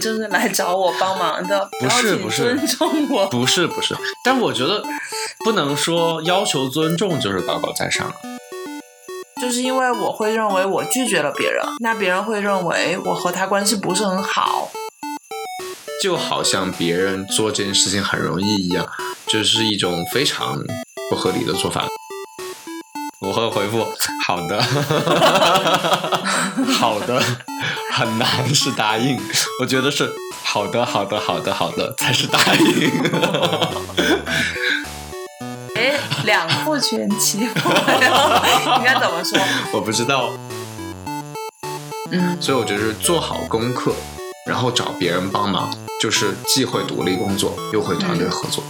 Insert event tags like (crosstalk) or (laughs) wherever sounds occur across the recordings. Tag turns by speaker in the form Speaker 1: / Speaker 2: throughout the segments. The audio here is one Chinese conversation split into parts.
Speaker 1: 就是来找我帮忙的，
Speaker 2: 不是
Speaker 1: 然后请
Speaker 2: 不是
Speaker 1: 尊重我。
Speaker 2: 不是不是，但我觉得不能说要求尊重就是高高在上了。
Speaker 1: (laughs) 就是因为我会认为我拒绝了别人，那别人会认为我和他关系不是很好。
Speaker 2: 就好像别人做这件事情很容易一样，这、是一种非常不合理的做法。我会回复好的， (laughs) 好的，很难是答应，我觉得是好的，好的，好的，好的才是答应。 (laughs)
Speaker 1: 哎，两副全齐， (laughs) 应该怎么说？
Speaker 2: 我不知道，
Speaker 1: 嗯，
Speaker 2: 所以我觉得是做好功课，然后找别人帮忙，就是既会独立工作，又会团队合作。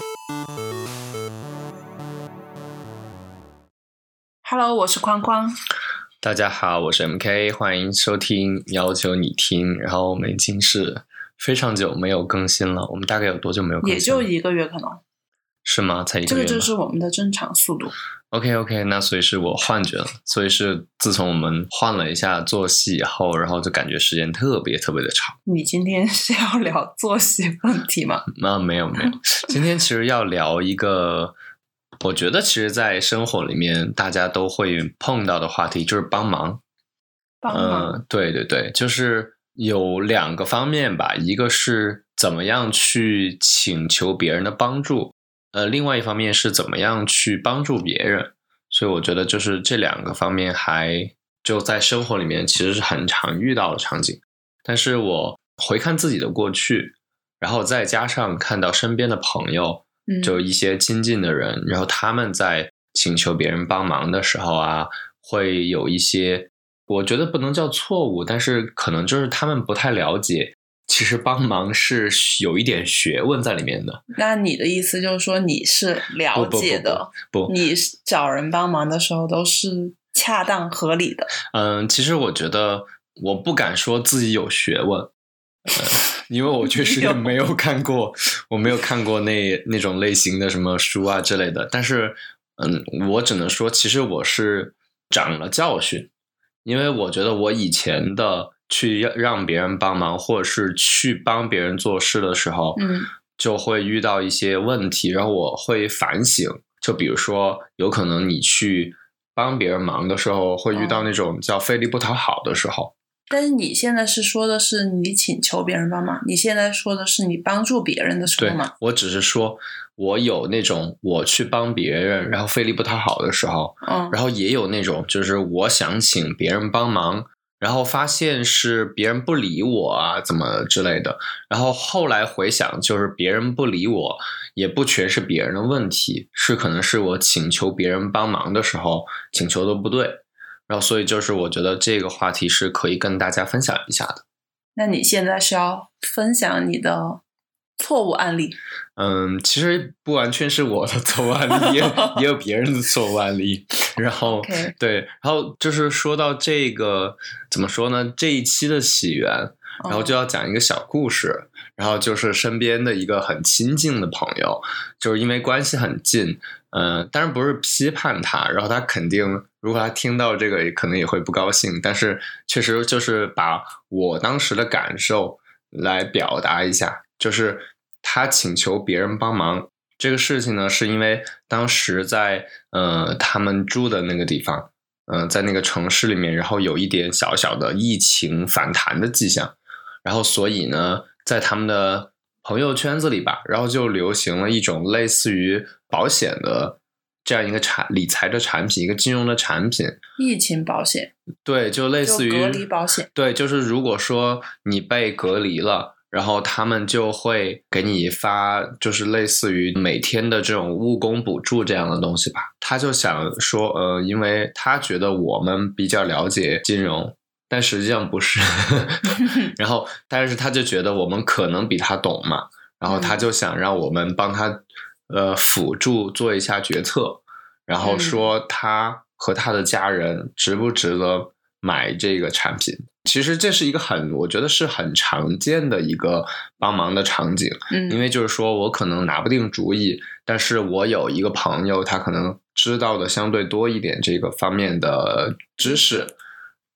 Speaker 1: Hello，我是框框。
Speaker 2: 大家好，我是 MK，欢迎收听要求你听。然后我们已经是非常久没有更新了，我们大概有多久没有更新了？
Speaker 1: 也就一个月可能，
Speaker 2: 是吗？才一
Speaker 1: 这
Speaker 2: 个月
Speaker 1: 个
Speaker 2: 吗、
Speaker 1: 就是我们的正常速度。
Speaker 2: OK OK，那所以是我幻觉了，所以是自从我们换了一下作息以后，然后就感觉时间特别特别的长。
Speaker 1: 你今天是要聊作息问题吗？
Speaker 2: (laughs) 那、啊没有没有，今天其实要聊一个，我觉得其实，在生活里面大家都会碰到的话题就是帮忙。
Speaker 1: 帮忙，
Speaker 2: 嗯，对对对，就是有两个方面吧，一个是怎么样去请求别人的帮助，呃，另外一方面是怎么样去帮助别人。所以我觉得就是这两个方面还就在生活里面其实是很常遇到的场景。但是我回看自己的过去，然后再加上看到身边的朋友，
Speaker 1: 嗯，
Speaker 2: 就一些亲近的人，然后他们在请求别人帮忙的时候啊，会有一些我觉得不能叫错误，但是可能就是他们不太了解，其实帮忙是有一点学问在里面的。
Speaker 1: 那你的意思就是说你是了解的，
Speaker 2: 不不不不
Speaker 1: 你找人帮忙的时候都是恰当合理的。
Speaker 2: 嗯，其实我觉得我不敢说自己有学问，呃因为我确实也没有看过，我没有看过那那种类型的什么书啊之类的。但是，嗯，我只能说，其实我是长了教训，因为我觉得我以前的去让让别人帮忙，或者是去帮别人做事的时候，
Speaker 1: 嗯，
Speaker 2: 就会遇到一些问题，然后我会反省。就比如说，有可能你去帮别人忙的时候，会遇到那种叫费力不讨好的时候。
Speaker 1: 但是你现在是说的是你请求别人帮忙，你现在说的是你帮助别人的时
Speaker 2: 对
Speaker 1: 候嘛？
Speaker 2: 我只是说，我有那种我去帮别人，然后费力不讨好的时候，
Speaker 1: 嗯，
Speaker 2: 然后也有那种就是我想请别人帮忙，然后发现是别人不理我啊，怎么之类的。然后后来回想，就是别人不理我，也不全是别人的问题，是可能是我请求别人帮忙的时候请求的不对。然后所以就是我觉得这个话题是可以跟大家分享一下的。
Speaker 1: 那你现在是要分享你的错误案例？
Speaker 2: 嗯，其实不完全是我的错误案例，也有也有别人的错误案例。然后
Speaker 1: OK
Speaker 2: 对，然后就是说到这个怎么说呢？这一期的起源，然
Speaker 1: 嗯
Speaker 2: 后就要讲一个小故事，然后就是身边的一个很亲近的朋友，就是因为关系很近，嗯、当然不是批判他，然后他肯定如果他听到这个，也可能也会不高兴，但是确实就是把我当时的感受来表达一下，就是他请求别人帮忙。这个事情呢，是因为当时在呃他们住的那个地方，嗯、在那个城市里面，然后有一点小小的疫情反弹的迹象，然后所以呢，在他们的朋友圈子里吧，然后就流行了一种类似于保险的这样一个产理财的产品，一个金融的产品，
Speaker 1: 疫情保险，
Speaker 2: 对，就类
Speaker 1: 就
Speaker 2: 似于
Speaker 1: 隔离保
Speaker 2: (laughs)
Speaker 1: 险
Speaker 2: 对，就是如果说你被隔离了。然后他们就会给你发，就是类似于每天的这种务工补助这样的东西吧。他就想说，呃，因为他觉得我们比较了解金融，但实际上不是。然后，但是他就觉得我们可能比他懂嘛，然后他
Speaker 1: 嗯
Speaker 2: 就想让我们帮他，呃，辅助做一下决策。然后
Speaker 1: 嗯
Speaker 2: 说他和他的家人值不值得买这个产品。其实这是一个很，我觉得是很常见的一个帮忙的场景，
Speaker 1: 嗯，
Speaker 2: 因为就是说我可能拿不定主意，但是我有一个朋友，他可能知道的相对多一点这个方面的知识，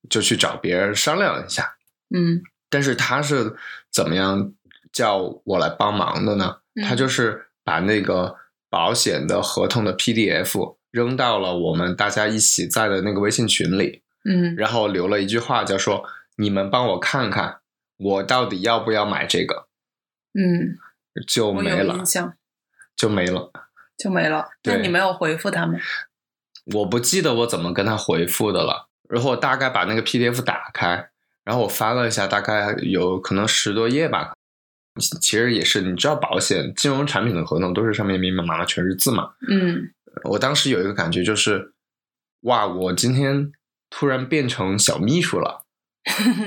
Speaker 2: 就去找别人商量一下。
Speaker 1: 嗯
Speaker 2: 但是他是怎么样叫我来帮忙的呢？
Speaker 3: 嗯
Speaker 2: 他就是把那个保险的合同的 PDF 扔到了我们大家一起在的那个微信群里，
Speaker 3: 嗯
Speaker 2: 然后留了一句话，叫说：“你们帮我看看，我到底要不要买这个？”
Speaker 3: 嗯，
Speaker 2: 就
Speaker 3: 我
Speaker 2: 没
Speaker 3: 有
Speaker 2: 了
Speaker 3: 印，象，
Speaker 2: 就没了。
Speaker 3: 就没了。
Speaker 2: 对
Speaker 3: 那你没有回复他们？
Speaker 2: 我不记得我怎么跟他回复的了。然后我大概把那个 PDF 打开，然后我翻了一下，大概有可能十多页吧。其实也是，你知道，保险、金融产品的合同都是上面密密麻麻全是字嘛。
Speaker 3: 嗯
Speaker 2: 我当时有一个感觉就是，哇，我今天突然变成小秘书了，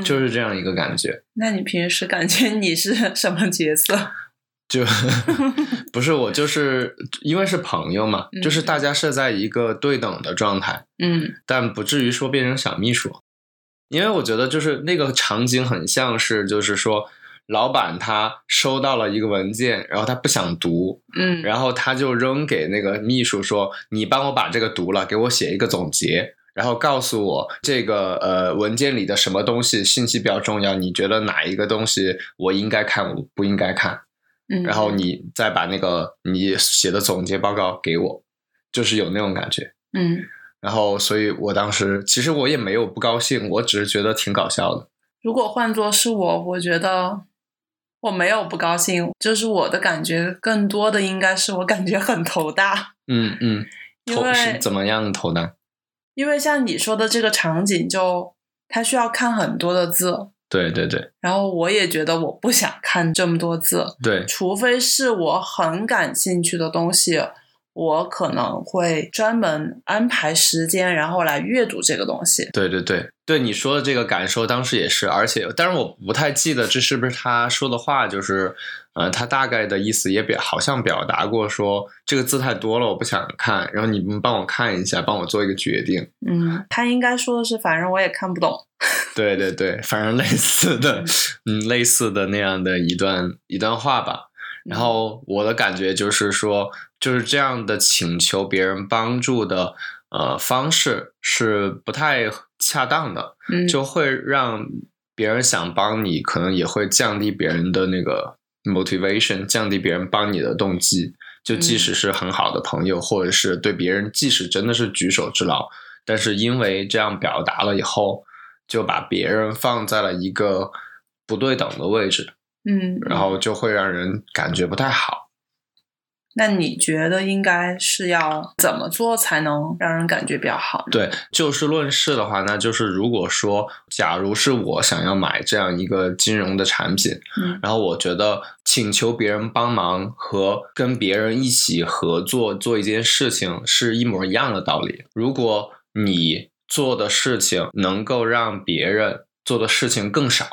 Speaker 2: 就是这样一个感觉。
Speaker 3: 那你平时感觉
Speaker 1: (laughs)
Speaker 3: 你是什么角色？
Speaker 2: 就不是我，就是因为是朋友嘛，
Speaker 3: 嗯
Speaker 2: 就是大家是在一个对等的状态。
Speaker 3: 嗯
Speaker 2: 但不至于说变成小秘书，因为我觉得就是那个场景很像是，就是说老板他收到了一个文件，然后他不想读，
Speaker 3: 嗯，
Speaker 2: 然后他就扔给那个秘书说：“你帮我把这个读了，给我写一个总结。”然后告诉我这个呃文件里的什么东西信息比较重要，你觉得哪一个东西我应该看，我不应该看，
Speaker 3: 嗯
Speaker 2: 然后你再把那个你写的总结报告给我，就是有那种感觉。
Speaker 3: 嗯，
Speaker 2: 然后，所以我当时其实我也没有不高兴，我只是觉得挺搞笑的。
Speaker 3: 如果换作是我，我觉得我没有不高兴，就是我的感觉更多的应该是我感觉很头大，
Speaker 2: 嗯嗯，
Speaker 3: 因
Speaker 2: 头是
Speaker 3: 为
Speaker 2: 怎么样头呢？
Speaker 3: 因为像你说的这个场景就，它需要看很多的字，
Speaker 2: 对对对
Speaker 3: 然后我也觉得我不想看这么多字，
Speaker 2: 对，
Speaker 3: 除非是我很感兴趣的东西。我可能会专门安排时间，然后来阅读这个东西。
Speaker 2: 对对对对，你说的这个感受，当时也是，而且，但是我不太记得这是不是他说的话，就是，呃，他大概的意思也表好像表达过说这个字太多了，我不想看，然后你们帮我看一下，帮我做一个决定。
Speaker 3: 嗯，他应该说的是，反正我也看不懂。
Speaker 2: 对对对，反正类似的，嗯，类似的那样的一段一段话吧。然后我的感觉就是说，就是这样的请求别人帮助的呃方式是不太恰当的，
Speaker 3: 嗯，
Speaker 2: 就会让别人想帮你，可能也会降低别人的那个 motivation，降低别人帮你的动机。就即
Speaker 3: 嗯
Speaker 2: 使是很好的朋友，或者是对别人，即使真的是举手之劳，但是因为这样表达了以后，就把别人放在了一个不对等的位置。
Speaker 3: 嗯，
Speaker 2: 然后就会让人感觉不太好。
Speaker 3: 那你觉得应该是要怎么做才能让人感觉比较好呢？
Speaker 2: 对，就事论事的话，那就是如果说，假如是我想要买这样一个金融的产品，
Speaker 3: 嗯
Speaker 2: 然后我觉得请求别人帮忙和跟别人一起合作做一件事情是一模一样的道理。如果你做的事情能够让别人做的事情更少，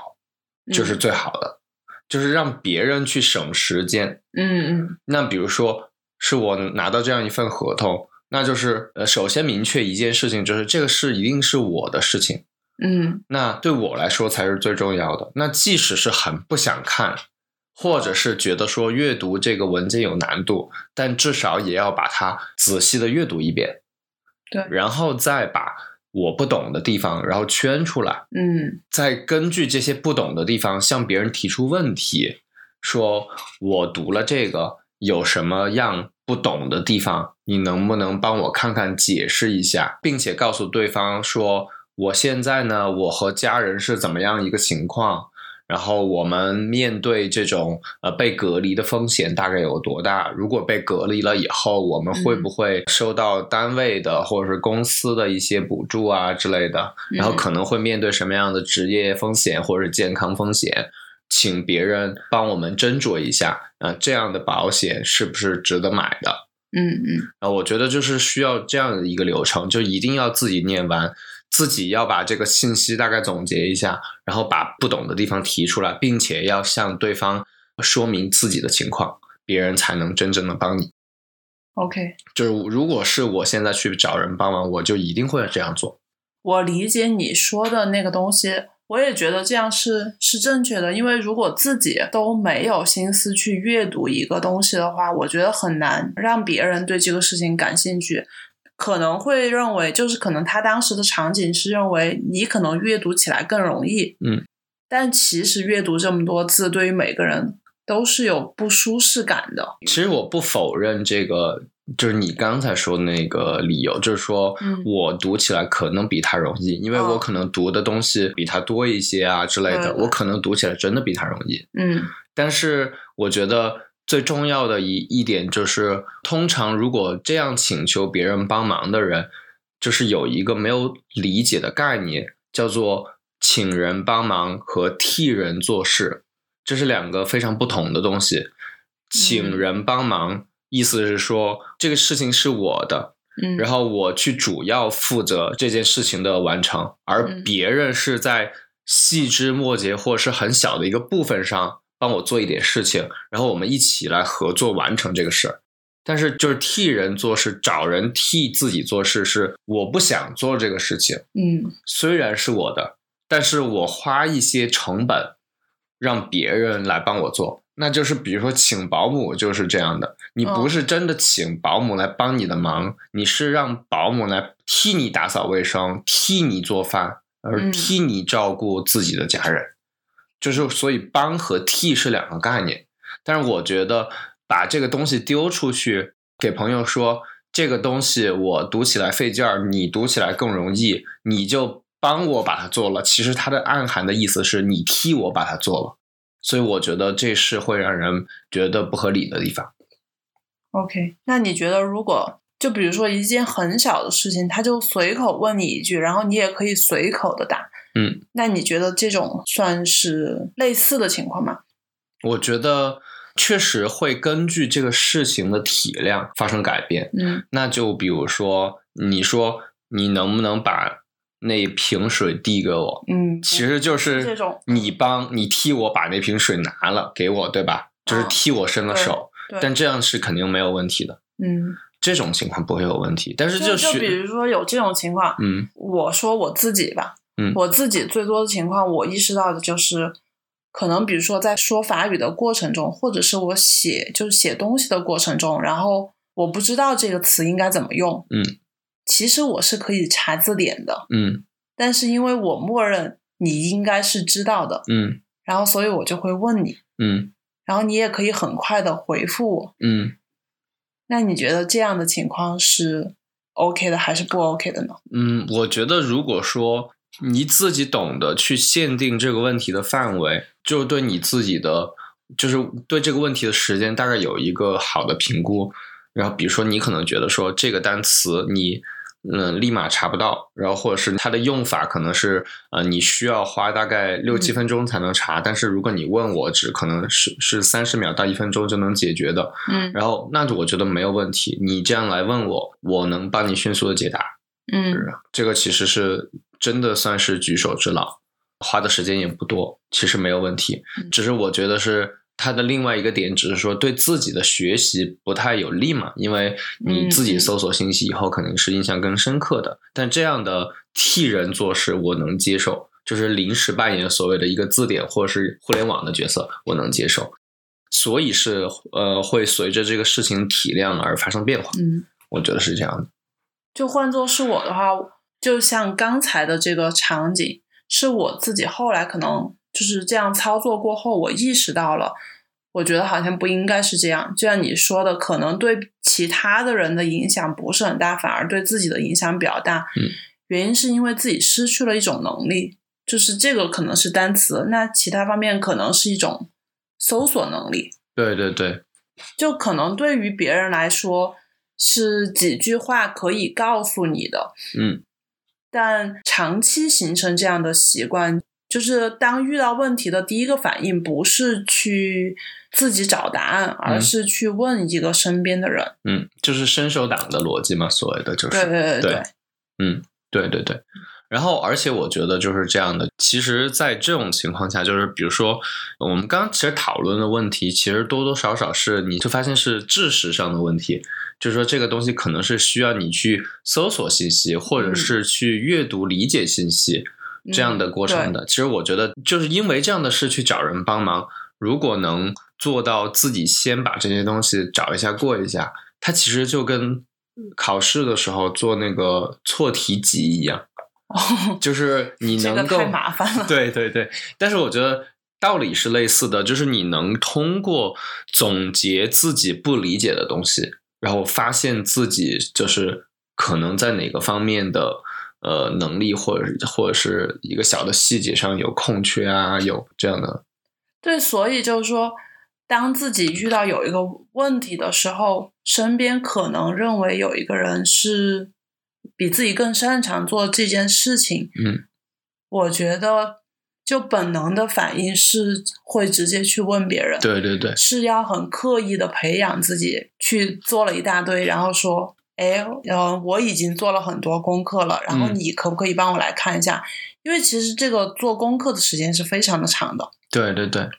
Speaker 3: 嗯
Speaker 2: 就是最好的，就是让别人去省时间。
Speaker 3: 嗯嗯
Speaker 2: 那比如说，是我拿到这样一份合同，那就是呃，首先明确一件事情，就是这个事一定是我的事情，
Speaker 3: 嗯
Speaker 2: 那对我来说才是最重要的。那即使是很不想看，或者是觉得说阅读这个文件有难度，但至少也要把它仔细的阅读一遍，
Speaker 3: 对
Speaker 2: 然后再把我不懂的地方，然后圈出来。
Speaker 3: 嗯
Speaker 2: 再根据这些不懂的地方向别人提出问题，说我读了这个有什么样不懂的地方，你能不能帮我看看解释一下，并且告诉对方说我现在呢，我和家人是怎么样一个情况。然后我们面对这种呃被隔离的风险大概有多大？如果被隔离了以后，我们会不会收到单位的或者是公司的一些补助啊之类的？
Speaker 3: 嗯
Speaker 2: 然后可能会面对什么样的职业风险或者健康风险，请别人帮我们斟酌一下，呃，这样的保险是不是值得买的？
Speaker 3: 嗯嗯
Speaker 2: 啊，我觉得就是需要这样的一个流程，就一定要自己念完，自己要把这个信息大概总结一下，然后把不懂的地方提出来，并且要向对方说明自己的情况，别人才能真正的帮你。
Speaker 3: ，OK，
Speaker 2: 就是如果是我现在去找人帮忙，我就一定会这样做。
Speaker 3: 我理解你说的那个东西。我也觉得这样是是正确的，因为如果自己都没有心思去阅读一个东西的话，我觉得很难让别人对这个事情感兴趣，可能会认为就是可能他当时的场景是认为你可能阅读起来更容易，
Speaker 2: 嗯，
Speaker 3: 但其实阅读这么多字，对于每个人都是有不舒适感的。
Speaker 2: 其实我不否认这个，就是你刚才说的那个理由，就是说
Speaker 3: 嗯
Speaker 2: 我读起来可能比他容易，因为
Speaker 3: 嗯
Speaker 2: 我可能读的东西比他多一些啊之类
Speaker 3: 对
Speaker 2: 的，
Speaker 3: 对
Speaker 2: 我可能读起来真的比他容易。
Speaker 3: 嗯
Speaker 2: 但是我觉得最重要的一一点就是，通常如果这样请求别人帮忙的人，就是有一个没有理解的概念，叫做请人帮忙和替人做事，这是两个非常不同的东西。请人帮忙，意思是说这个事情是我的，
Speaker 3: 嗯，
Speaker 2: 然后我去主要负责这件事情的完成，而
Speaker 3: 嗯
Speaker 2: 别人是在细枝末节或是很小的一个部分上帮我做一点事情，然后我们一起来合作完成这个事儿。但是就是替人做事，找人替自己做事，是我不想做这个事情，
Speaker 3: 嗯
Speaker 2: 虽然是我的，但是我花一些成本让别人来帮我做，那就是比如说请保姆就是这样的，你
Speaker 3: 嗯
Speaker 2: 不是真的请保姆来帮你的忙，你是让保姆来替你打扫卫生、替你做饭，而
Speaker 3: 嗯
Speaker 2: 替你照顾自己的家人，就是所以帮和替是两个概念。但是我觉得把这个东西丢出去给朋友说，这个东西我读起来费劲儿，你读起来更容易，你就帮我把它做了。其实它的暗含的意思是你替我把它做了，所以我觉得这是会让人觉得不合理的地方。
Speaker 3: ，OK。那你觉得，如果就比如说一件很小的事情，他就随口问你一句，然后你也可以随口的答，
Speaker 2: 嗯，
Speaker 3: 那你觉得这种算是类似的情况吗？
Speaker 2: 我觉得确实会根据这个事情的体量发生改变。
Speaker 3: 嗯
Speaker 2: 那就比如说，你说你能不能把那瓶水递给我？
Speaker 3: 嗯，
Speaker 2: 其实就
Speaker 3: 这
Speaker 2: 是
Speaker 3: 种
Speaker 2: 你帮你替我把那瓶水拿了给我，对吧？就是
Speaker 3: 嗯
Speaker 2: 替我伸了
Speaker 3: 对
Speaker 2: 手，
Speaker 3: 对
Speaker 2: 但这样是肯定没有问题的。
Speaker 3: 嗯，
Speaker 2: 这种情况不会有问题，但是
Speaker 3: 就就比
Speaker 2: 学
Speaker 3: 如说有这种情况，
Speaker 2: 嗯
Speaker 3: 我说我自己吧，
Speaker 2: 嗯
Speaker 3: 我自己最多的情况，我意识到的就是，可能比如说在说法语的过程中，或者是我写就是写东西的过程中，然后我不知道这个词应该怎么用，
Speaker 2: 嗯，
Speaker 3: 其实我是可以查字典的，
Speaker 2: 嗯
Speaker 3: 但是因为我默认你应该是知道的，
Speaker 2: 嗯
Speaker 3: 然后所以我就会问你，
Speaker 2: 嗯
Speaker 3: 然后你也可以很快的回复我。
Speaker 2: 嗯
Speaker 3: 那你觉得这样的情况是 OK 的还是不 OK 的呢？
Speaker 2: 嗯，我觉得如果说你自己懂得去限定这个问题的范围，就对你自己的就是对这个问题的时间大概有一个好的评估。然后比如说你可能觉得说这个单词你嗯立马查不到，然后或者是它的用法可能是呃你需要花大概六七
Speaker 3: 嗯
Speaker 2: 分钟才能查，但是如果你问我只可能是是三十秒到一分钟就能解决的，
Speaker 3: 嗯
Speaker 2: 然后那我觉得没有问题，你这样来问我，我能帮你迅速的解答。
Speaker 3: 嗯
Speaker 2: 这个其实是真的算是举手之劳，花的时间也不多，其实没有问题
Speaker 3: 嗯。
Speaker 2: 只是我觉得是它的另外一个点，只是说对自己的学习不太有利嘛，因为你
Speaker 3: 嗯
Speaker 2: 自己
Speaker 3: 嗯
Speaker 2: 搜索信息以后肯定是印象更深刻的。但这样的替人做事，我能接受。就是临时扮演所谓的一个字典或者是互联网的角色，我能接受。所以是呃，会随着这个事情体量而发生变化。
Speaker 3: 嗯。
Speaker 2: 我觉得是这样的。
Speaker 3: 就换作是我的话，就像刚才的这个场景，是我自己后来可能就是这样操作过后，我意识到了，我觉得好像不应该是这样。就像你说的，可能对其他的人的影响不是很大，反而对自己的影响比较大。
Speaker 2: 嗯，
Speaker 3: 原因是因为自己失去了一种能力，就是这个可能是单词，那其他方面可能是一种搜索能力。
Speaker 2: 对对对，
Speaker 3: 就可能对于别人来说是几句话可以告诉你的，
Speaker 2: 嗯，
Speaker 3: 但长期形成这样的习惯，就是当遇到问题的第一个反应不是去自己找答案，而是去问一个身边的人。
Speaker 2: 嗯，就是伸手党的逻辑嘛，所谓的就是
Speaker 3: 对对对
Speaker 2: 对对对对。然后，而且我觉得就是这样的。其实，在这种情况下，就是比如说，我们刚刚其实讨论的问题，其实多多少少是你就发现是知识上的问题，就是说这个东西可能是需要你去搜索信息，或者
Speaker 3: 嗯
Speaker 2: 是去阅读理解信息这样的过程
Speaker 3: 嗯对
Speaker 2: 的。其实我觉得，就是因为这样的事去找人帮忙，如果能做到自己先把这些东西找一下过一下，
Speaker 3: 嗯
Speaker 2: 它其实就跟考试的时候做那个错题集一样。就是你
Speaker 3: 哦这个
Speaker 2: 能够
Speaker 3: 太麻烦了。
Speaker 2: 对对对，但是我觉得道理是类似的，就是你能通过总结自己不理解的东西，然后发现自己就是可能在哪个方面的呃能力，或者是或者是一个小的细节上有空缺啊，有这样的。
Speaker 3: 对，所以就是说，当自己遇到有一个问题的时候，身边可能认为有一个人是比自己更擅长做这件事情，
Speaker 2: 嗯，
Speaker 3: 我觉得就本能的反应是会直接去问别人，
Speaker 2: 对对对，
Speaker 3: 是要很刻意的培养自己去做了一大堆，然后说。哎，呃，我已经做了很多功课了，然后
Speaker 2: 嗯
Speaker 3: 你可不可以帮我来看一下？因为其实这个做功课的时间是非常的长的。
Speaker 2: 对对对，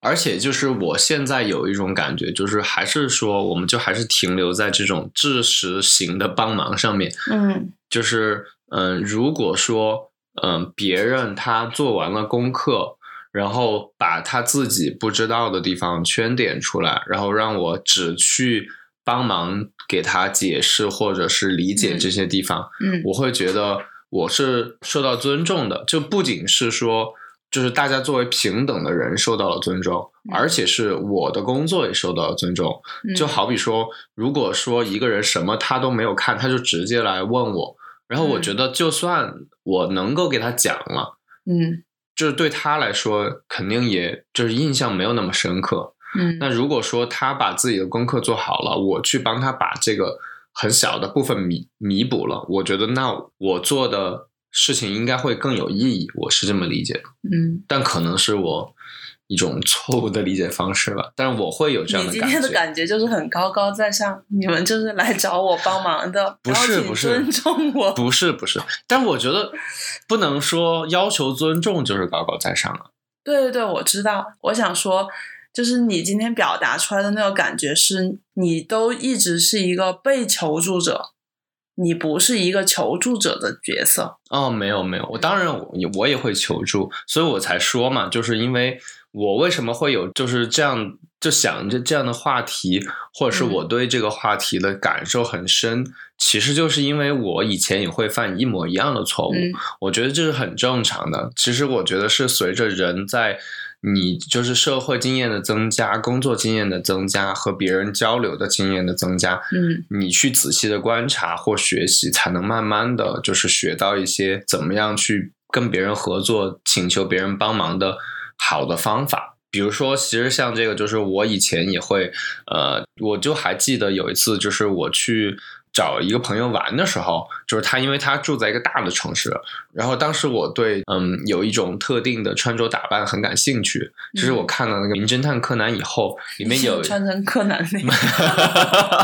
Speaker 2: 而且就是我现在有一种感觉，就是还是说，我们就还是停留在这种知识型的帮忙上面，
Speaker 3: 嗯
Speaker 2: 就是嗯、呃如果说嗯、呃别人他做完了功课，然后把他自己不知道的地方圈点出来，然后让我只去帮忙给他解释或者是理解这些地方，
Speaker 3: 嗯，
Speaker 2: 我会觉得我是受到尊重的，就不仅是说。就是大家作为平等的人受到了尊重，
Speaker 3: 嗯
Speaker 2: 而且是我的工作也受到了尊重。
Speaker 3: 嗯
Speaker 2: 就好比说，如果说一个人什么他都没有看，他就直接来问我，然后我
Speaker 3: 嗯
Speaker 2: 觉得就算我能够给他讲了，
Speaker 3: 嗯
Speaker 2: 就是对他来说肯定也就是印象没有那么深刻。
Speaker 3: 嗯，
Speaker 2: 那如果说他把自己的功课做好了，我去帮他把这个很小的部分弥弥补了，我觉得那我做的事情应该会更有意义，我是这么理解的。
Speaker 3: 嗯，
Speaker 2: 但可能是我一种错误的理解方式吧，但是我会有这样
Speaker 3: 你
Speaker 2: 的
Speaker 3: 今
Speaker 2: 感觉。
Speaker 3: 天的感觉就是很高高在上，你们就是来找我帮忙的，
Speaker 2: 不
Speaker 3: 然后
Speaker 2: 是
Speaker 3: 请
Speaker 2: 不是
Speaker 3: 尊重 (laughs) 我。
Speaker 2: 不是不是，但我觉得不能说要求尊重就是高高在上啊了。
Speaker 3: 对对对，我知道。我想说，就是你今天表达出来的那个感觉是，你都一直是一个被求助者，你不是一个求助者的角色。
Speaker 2: 哦，没有没有，我当然我也我也会求助，所以我才说嘛，就是因为我为什么会有就是这样就想着这样的话题，或者是
Speaker 3: 嗯
Speaker 2: 我对这个话题的感受很深，其实就是因为我以前也会犯一模一样的错误，
Speaker 3: 嗯
Speaker 2: 我觉得这是很正常的。其实我觉得是随着人在你就是社会经验的增加、工作经验的增加和别人交流的经验的增加，
Speaker 3: 嗯
Speaker 2: 你去仔细的观察或学习，才能慢慢的就是学到一些怎么样去跟别人合作、请求别人帮忙的好的方法。比如说，其实像这个，就是我以前也会，呃，我就还记得有一次，就是我去找一个朋友玩的时候，就是他，因为他住在一个大的城市，然后当时我对嗯有一种特定的穿着打扮很感兴趣，就是我看了那个《名侦探柯南》以后，里面有
Speaker 3: 你是嗯 (laughs) 穿成柯南那
Speaker 2: (laughs)
Speaker 3: 个，
Speaker 2: 然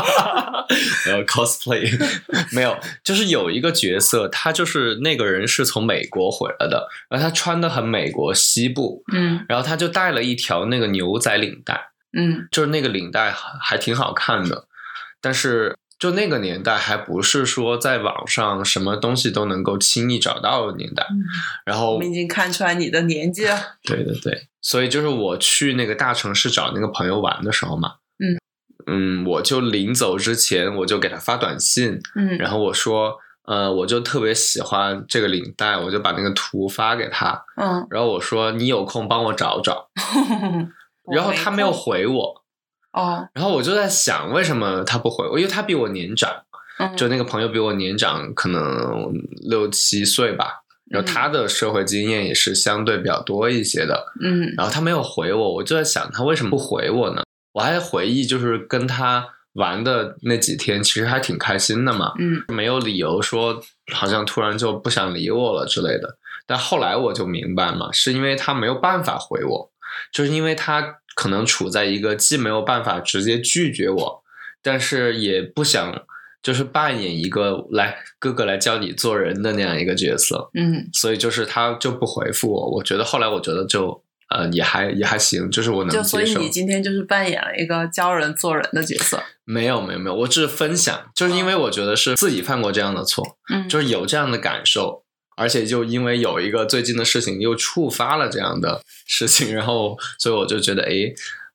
Speaker 2: 后呃 cosplay (laughs) 没有，就是有一个角色，他就是那个人是从美国回来的，然后他穿的很美国西部，
Speaker 3: 嗯
Speaker 2: 然后他就带了一条那个牛仔领带，
Speaker 3: 嗯
Speaker 2: 就是那个领带还还挺好看的，但是就那个年代还不是说在网上什么东西都能够轻易找到的年代，
Speaker 3: 嗯，
Speaker 2: 然
Speaker 3: 我
Speaker 2: 后
Speaker 3: 们已经看出来你的年纪了。
Speaker 2: 对对对，所以就是我去那个大城市找那个朋友玩的时候嘛，
Speaker 3: 嗯
Speaker 2: 嗯我就临走之前我就给他发短信，
Speaker 3: 嗯
Speaker 2: 然后我说，呃，我就特别喜欢这个领带，我就把那个图发给他，
Speaker 3: 嗯，
Speaker 2: 然后我说你有空帮我找找，然后他没有
Speaker 3: 我
Speaker 2: 回我，
Speaker 3: 哦，
Speaker 2: 然后我就在想为什么他不回我，因为他比我年长，
Speaker 3: 嗯
Speaker 2: 就那个朋友比我年长可能六七岁吧，
Speaker 3: 嗯
Speaker 2: 然后他的社会经验也是相对比较多一些的，
Speaker 3: 嗯
Speaker 2: 然后他没有回我，我就在想他为什么不回我呢？我还回忆就是跟他玩的那几天，其实还挺开心的嘛，
Speaker 3: 嗯
Speaker 2: 没有理由说好像突然就不想理我了之类的。但后来我就明白嘛，是因为他没有办法回我，就是因为他可能处在一个既没有办法直接拒绝我，但是也不想就是扮演一个来哥哥来教你做人的那样一个角色。
Speaker 3: 嗯
Speaker 2: 所以就是他就不回复我。我觉得后来我觉得就呃也还也还行，就是我
Speaker 3: 嗯，
Speaker 2: 能
Speaker 3: 就所
Speaker 2: 接
Speaker 3: 以
Speaker 2: 受
Speaker 3: 你。今天就是扮演了一个教人做人的角色。
Speaker 2: 没有没有没有，我只是分享，就是因为我觉得是自己犯过这样的错，
Speaker 3: 嗯，
Speaker 2: 就是有这样的感受，而且就因为有一个最近的事情又触发了这样的事情，然后呃所以我就觉得诶，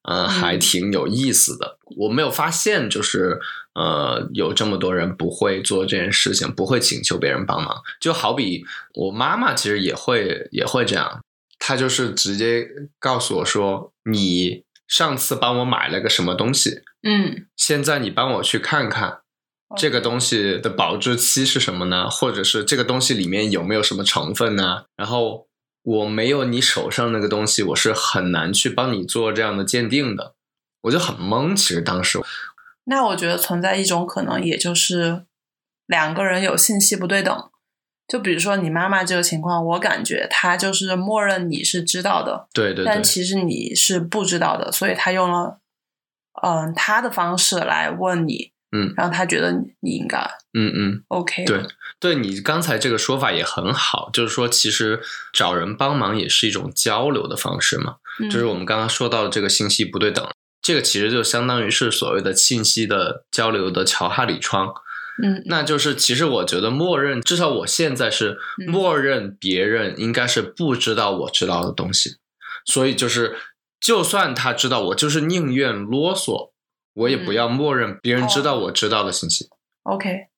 Speaker 2: 嗯、还挺有意思的。我没有发现就是呃，有这么多人不会做这件事情，不会请求别人帮忙。就好比我妈妈其实也会也会这样，她就是直接告诉我说：“你上次帮我买了个什么东西，
Speaker 3: 嗯，
Speaker 2: 现在你帮我去看看。”
Speaker 3: 哦
Speaker 2: 这个东西的保质期是什么呢？或者是这个东西里面有没有什么成分呢？然后我没有你手上那个东西，我是很难去帮你做这样的鉴定的。我就很懵，其实当时
Speaker 3: 那我觉得存在一种可能，也就是两个人有信息不对等。就比如说你妈妈这个情况，我感觉她就是默认你是知道的，
Speaker 2: 对对对
Speaker 3: 但，其实你是不知道的，所以她用了嗯她的方式来问你，
Speaker 2: 嗯
Speaker 3: 让她觉得你你应该
Speaker 2: 嗯嗯。
Speaker 3: OK，
Speaker 2: 对对你刚才这个说法也很好，就是说，其实找人帮忙也是一种交流的方式嘛。
Speaker 3: 嗯
Speaker 2: 就是我们刚刚说到的这个信息不对等，这个其实就相当于是所谓的信息的交流的乔哈里窗。
Speaker 3: 嗯
Speaker 2: 那就是其实我觉得默认，至少我现在是
Speaker 3: 嗯
Speaker 2: 默认别人应该是不知道我知道的东西，所以就是就算他知道我，就是宁愿啰嗦，我也不
Speaker 3: 嗯
Speaker 2: 要默认别人知
Speaker 3: 哦
Speaker 2: 道我知道的信息。
Speaker 3: OK，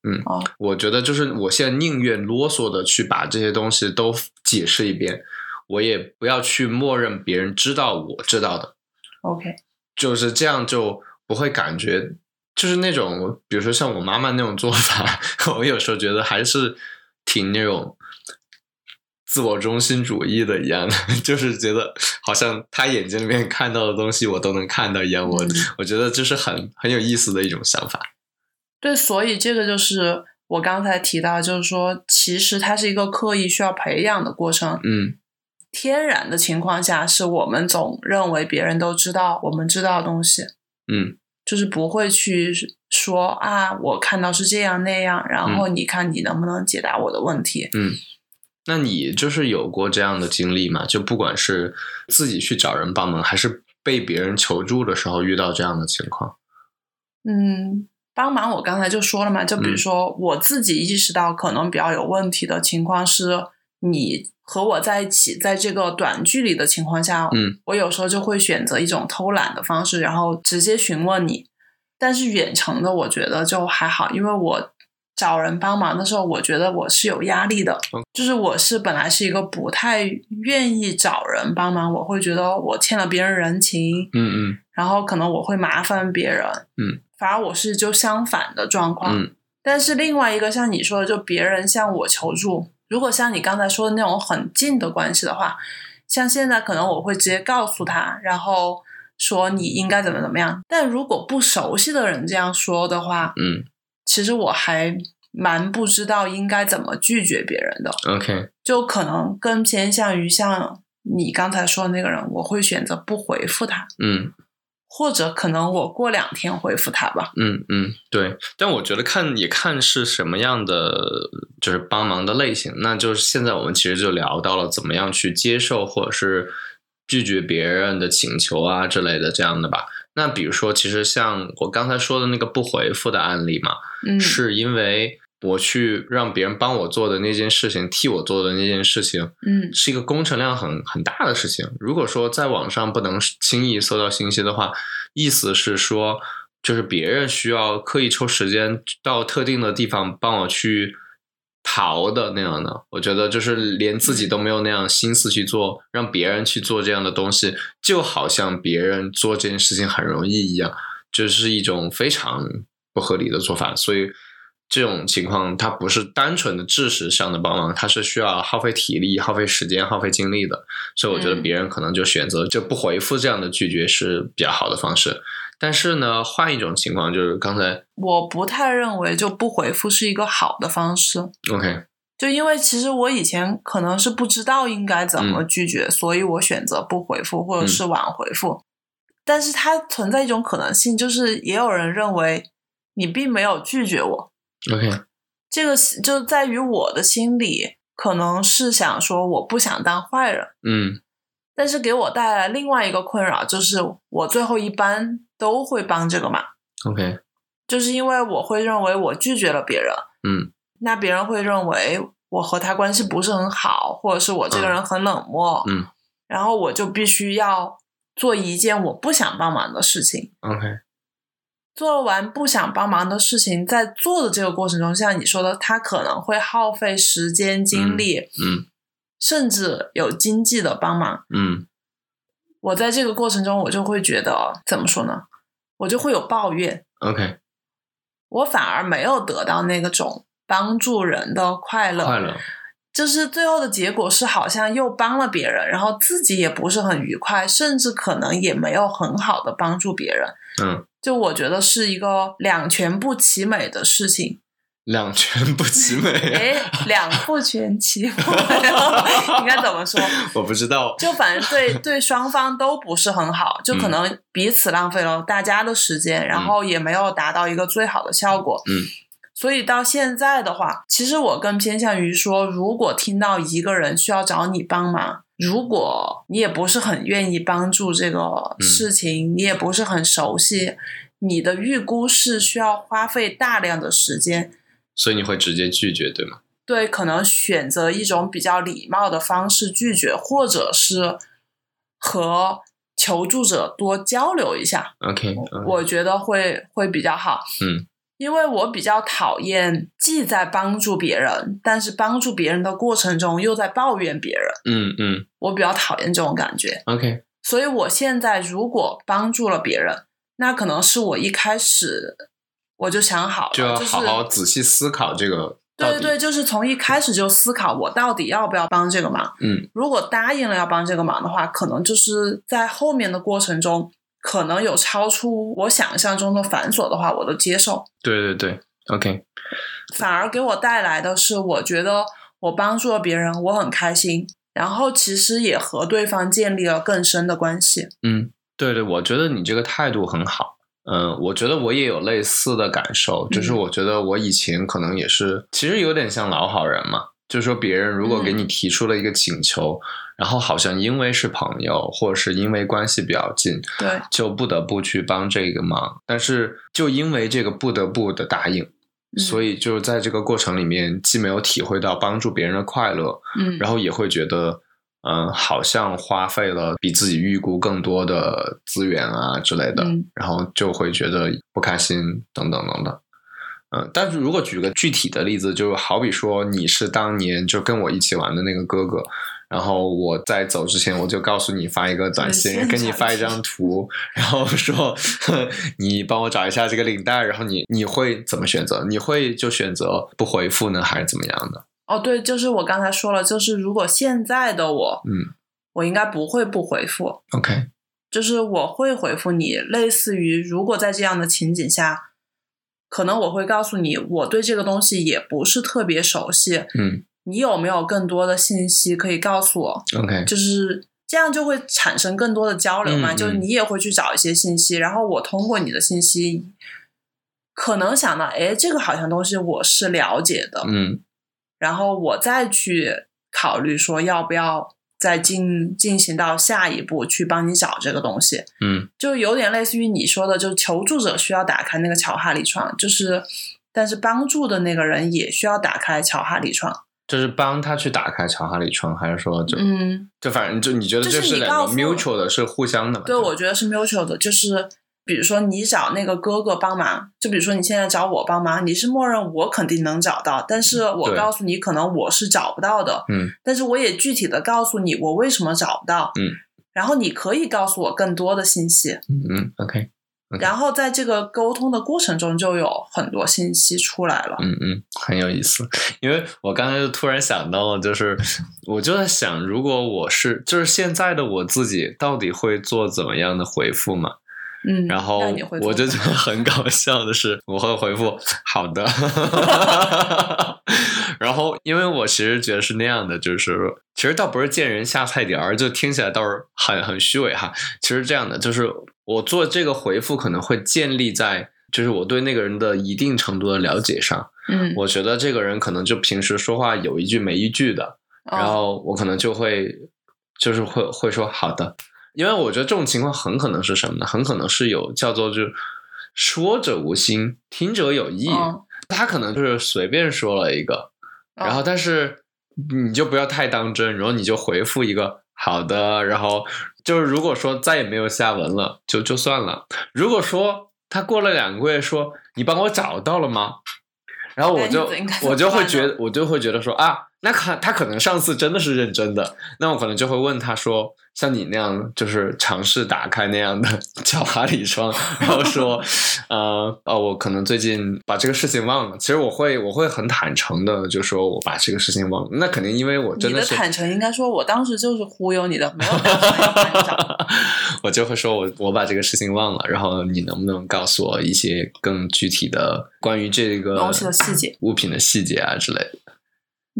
Speaker 2: 我觉得就是我现在宁愿啰嗦的去把这些东西都解释一遍，我也不要去默认别人知道我知道的，
Speaker 3: OK，
Speaker 2: 就是这样就不会感觉就是那种，比如说像我妈妈那种做法， (laughs) 我有时候觉得还是挺那种。自我中心主义的一样的， (laughs) 就是觉得好像她眼睛里面看到的东西我都能看到一样，我
Speaker 3: 嗯
Speaker 2: 我觉得这是很很有意思的一种想法。
Speaker 3: 对，所以这个就是我刚才提到，就是说，其实它是一个刻意需要培养的过程。
Speaker 2: 嗯
Speaker 3: 天然的情况下，是我们总认为别人都知道我们知道的东西，
Speaker 2: 嗯
Speaker 3: 就是不会去说啊，我看到是这样那样，然后你看你能不能解答我的问题。
Speaker 2: 嗯，那你就是有过这样的经历吗？就不管是自己去找人帮忙，还是被别人求助的时候遇到这样的情况？
Speaker 3: 嗯，帮忙我刚才就说了嘛，就比如
Speaker 2: 嗯
Speaker 3: 说我自己意识到可能比较有问题的情况是，你和我在一起，在这个短距离的情况下，
Speaker 2: 嗯，
Speaker 3: 我有时候就会选择一种偷懒的方式，然后直接询问你。但是远程的我觉得就还好，因为我找人帮忙的时候，我觉得我是有压力的，
Speaker 2: 嗯
Speaker 3: 就是我是本来是一个不太愿意找人帮忙，我会觉得我欠了别人人情，
Speaker 2: 嗯
Speaker 3: 然后可能我会麻烦别人，
Speaker 2: 嗯，
Speaker 3: 反而我是就相反的状况。
Speaker 2: 嗯
Speaker 3: 但是另外一个像你说的，就别人向我求助，如果像你刚才说的那种很近的关系的话，像现在可能我会直接告诉他，然后说你应该怎么怎么样。但如果不熟悉的人这样说的话，
Speaker 2: 嗯
Speaker 3: 其实我还蛮不知道应该怎么拒绝别人的。
Speaker 2: 嗯，OK，
Speaker 3: 就可能更偏向于像你刚才说的那个人，我会选择不回复他，
Speaker 2: 嗯
Speaker 3: 或者可能我过两天回复他吧。
Speaker 2: 嗯嗯，对。但我觉得看也看是什么样的，就是帮忙的类型。那就是现在我们其实就聊到了怎么样去接受或者是拒绝别人的请求啊之类的这样的吧。那比如说，其实像我刚才说的那个不回复的案例嘛，
Speaker 3: 嗯，
Speaker 2: 是因为我去让别人帮我做的那件事情，替我做的那件事情，
Speaker 3: 嗯
Speaker 2: 是一个工程量很很大的事情。如果说在网上不能轻易搜到信息的话，意思是说，就是别人需要刻意抽时间到特定的地方帮我去淘的那样的。我觉得就是连自己都没有那样心思去做，让别人去做这样的东西，就好像别人做这件事情很容易一样，这、是一种非常不合理的做法。所以这种情况，它不是单纯的知识上的帮忙，它是需要耗费体力、耗费时间、耗费精力的。所以我觉得
Speaker 3: 嗯
Speaker 2: 别人可能就选择就不回复这样的拒绝是比较好的方式。但是呢，换一种情况就是刚才
Speaker 3: 我不太认为就不回复是一个好的方式，
Speaker 2: OK，
Speaker 3: 就因为其实我以前可能是不知道应该怎么
Speaker 2: 嗯
Speaker 3: 拒绝，所以我选择不回复或者是晚回复。但是它存在一种可能性，就是也有人认为你并没有拒绝我，
Speaker 2: OK，
Speaker 3: 这个就在于我的心里可能是想说我不想当坏人。
Speaker 2: 嗯
Speaker 3: 但是给我带来另外一个困扰，就是我最后一般都会帮这个忙，
Speaker 2: ，OK，
Speaker 3: 就是因为我会认为我拒绝了别人，
Speaker 2: 嗯
Speaker 3: 那别人会认为我和他关系不是很好，或者是我这个人很冷漠，
Speaker 2: 嗯，
Speaker 3: 然后我就必须要做一件我不想帮忙的事情，
Speaker 2: ，OK，
Speaker 3: 做完不想帮忙的事情，在做的这个过程中，像你说的，他可能会耗费时间、精力，
Speaker 2: 嗯
Speaker 3: 甚至有经济的帮忙。
Speaker 2: 嗯
Speaker 3: 我在这个过程中，我就会觉得怎么说呢？我就会有抱怨，
Speaker 2: (laughs) ，OK，
Speaker 3: 我反而没有得到那个种帮助人的快乐。
Speaker 2: 快乐，
Speaker 3: 就是最后的结果是，好像又帮了别人，然后自己也不是很愉快，甚至可能也没有很好的帮助别人。
Speaker 2: 嗯，
Speaker 3: 就我觉得是一个两全不其美的事情。
Speaker 2: 两全不其 (laughs) 美，
Speaker 3: 哎，两不全其美， (laughs) 应该怎么说？
Speaker 2: 我不知道，
Speaker 3: 就反正对对双方都不是很好，就可能彼此浪费了大家的时间，然后也没有达到一个最好的效果。
Speaker 2: 嗯，
Speaker 3: 所以到现在的话，其实我更偏向于说，如果听到一个人需要找你帮忙，如果你也不是很愿意帮助这个事情，你也不是很熟悉，你的预估是需要花费大量的时间，
Speaker 2: 所以你会直接拒绝对吗？
Speaker 3: 对，可能选择一种比较礼貌的方式拒绝，或者是和求助者多交流一下，
Speaker 2: OK，
Speaker 3: 我觉得会会比较好。
Speaker 2: 嗯，
Speaker 3: 因为我比较讨厌既在帮助别人，但是帮助别人的过程中又在抱怨别人，
Speaker 2: 嗯嗯
Speaker 3: 我比较讨厌这种感觉。
Speaker 2: ，OK，
Speaker 3: 所以我现在如果帮助了别人，那可能是我一开始我就想好了，
Speaker 2: 就要
Speaker 3: 是
Speaker 2: 好好仔细思考这个到
Speaker 3: 对对
Speaker 2: 底
Speaker 3: 对，就是从一开始就思考我到底要不要帮这个忙。
Speaker 2: 嗯，
Speaker 3: 如果答应了要帮这个忙的话，可能就是在后面的过程中，可能有超出我想象中的繁琐的话，我都接受。
Speaker 2: 对对对，OK，
Speaker 3: 反而给我带来的是，我觉得我帮助了别人，我很开心。然后其实也和对方建立了更深的关系。
Speaker 2: 嗯，对对，我觉得你这个态度很好。嗯，我觉得我也有类似的感受，就是
Speaker 3: 嗯
Speaker 2: 我觉得我以前可能也是，其实有点像老好人嘛，就是说别人如果给
Speaker 3: 嗯
Speaker 2: 你提出了一个请求，然后好像因为是朋友，或者是因为关系比较近，
Speaker 3: 对，
Speaker 2: 就不得不去帮这个忙，但是就因为这个不得不的答应，
Speaker 3: 嗯
Speaker 2: 所以就是在这个过程里面，既没有体会到帮助别人的快乐，
Speaker 3: 嗯，
Speaker 2: 然后也会觉得，嗯，好像花费了比自己预估更多的资源啊之类的，
Speaker 3: 嗯
Speaker 2: 然后就会觉得不开心等等等等。嗯，但是如果举个具体的例子，就好比说你是当年就跟我一起玩的那个哥哥，然后我在走之前我就告诉你发一个短
Speaker 3: 短
Speaker 2: 信，
Speaker 3: 信
Speaker 2: 跟你发一张图，然后说 (laughs) 你帮我找一下这个领带，然后你你会怎么选择？你会就选择不回复呢，还是怎么样的？
Speaker 3: 哦，对，就是我刚才说了，就是如果现在的我，
Speaker 2: 嗯
Speaker 3: 我应该不会不回复。
Speaker 2: ，OK，
Speaker 3: 就是我会回复你，类似于如果在这样的情景下，可能我会告诉你，我对这个东西也不是特别熟悉，
Speaker 2: 嗯
Speaker 3: 你有没有更多的信息可以告诉我？
Speaker 2: ，OK，
Speaker 3: 就是这样就会产生更多的交流嘛，
Speaker 2: 嗯嗯
Speaker 3: 就是你也会去找一些信息，然后我通过你的信息，可能想到，哎，这个好像东西我是了解的，
Speaker 2: 嗯
Speaker 3: 然后我再去考虑说要不要再进进行到下一步去帮你找这个东西。
Speaker 2: 嗯
Speaker 3: 就有点类似于你说的，就求助者需要打开那个巧哈里窗，就是，但是帮助的那个人也需要打开巧哈里窗。
Speaker 2: 就是帮他去打开乔哈里窗，还是说就、
Speaker 3: 嗯，
Speaker 2: 就反正就你觉得
Speaker 3: 就是
Speaker 2: 这是
Speaker 3: 你
Speaker 2: 两
Speaker 3: 告
Speaker 2: 个
Speaker 3: 诉
Speaker 2: mutual 的，是互相的嘛？
Speaker 3: 对，我觉得是 mutual 的，就是比如说你找那个哥哥帮忙，就比如说你现在找我帮忙，你是默认我肯定能找到，但是我
Speaker 2: 对
Speaker 3: 告诉你可能我是找不到的，
Speaker 2: 嗯，
Speaker 3: 但是我也具体的告诉你我为什么找不到，
Speaker 2: 嗯，
Speaker 3: 然后你可以告诉我更多的信息，
Speaker 2: 嗯嗯，OK，嗯
Speaker 3: 然后在这个沟通的过程中就有很多信息出来了。
Speaker 2: 嗯嗯，很有意思。因为我刚才就突然想到了，就是我就在想，如果我是就是现在的我自己，到底会做怎么样的回复嘛？
Speaker 3: 嗯，
Speaker 2: 然后
Speaker 3: 那你会
Speaker 2: 我
Speaker 3: 做
Speaker 2: 就觉
Speaker 3: 什
Speaker 2: 得
Speaker 3: 么
Speaker 2: 很搞笑的是，我会回复好
Speaker 3: (laughs)
Speaker 2: 的。 (laughs) 然后，因为我其实觉得是那样的，就是其实倒不是见人下菜碟儿，就听起来倒是很很虚伪哈。其实这样的，就是我做这个回复可能会建立在就是我对那个人的一定程度的了解上。
Speaker 3: 嗯，
Speaker 2: 我觉得这个人可能就平时说话有一句没一句的，然
Speaker 3: 哦
Speaker 2: 后我可能就会就是会会说好的，因为我觉得这种情况很可能是什么呢？很可能是有叫做就是说者无心，听者有意，
Speaker 3: 嗯
Speaker 2: 他可能就是随便说了一个，
Speaker 3: 哦
Speaker 2: 然后但是你就不要太当真，然后你就回复一个好的，然后就是如果说再也没有下文了，就就算了。如果说他过了两个月说：“你帮我找到了吗？”然后我就
Speaker 3: 那你应该怎么办呢
Speaker 2: 我就会觉得我就会觉得说啊，那可他可能上次真的是认真的，那我可能就会问他说，像你那样就是尝试打开那样的 (laughs) 巧哈里窗，然后说，呃哦，我可能最近把这个事情忘了。其实我会我会很坦诚的就说我把这个事情忘了，那肯定因为我真
Speaker 3: 你的
Speaker 2: 是
Speaker 3: 坦诚应该说，我当时就是忽悠你的，没有打算要帮你
Speaker 2: (laughs)
Speaker 3: 找
Speaker 2: 我就会说我我把这个事情忘了，然后你能不能告诉我一些更具体的关于这个
Speaker 3: 东西的细节？
Speaker 2: 物品的细节啊之类的？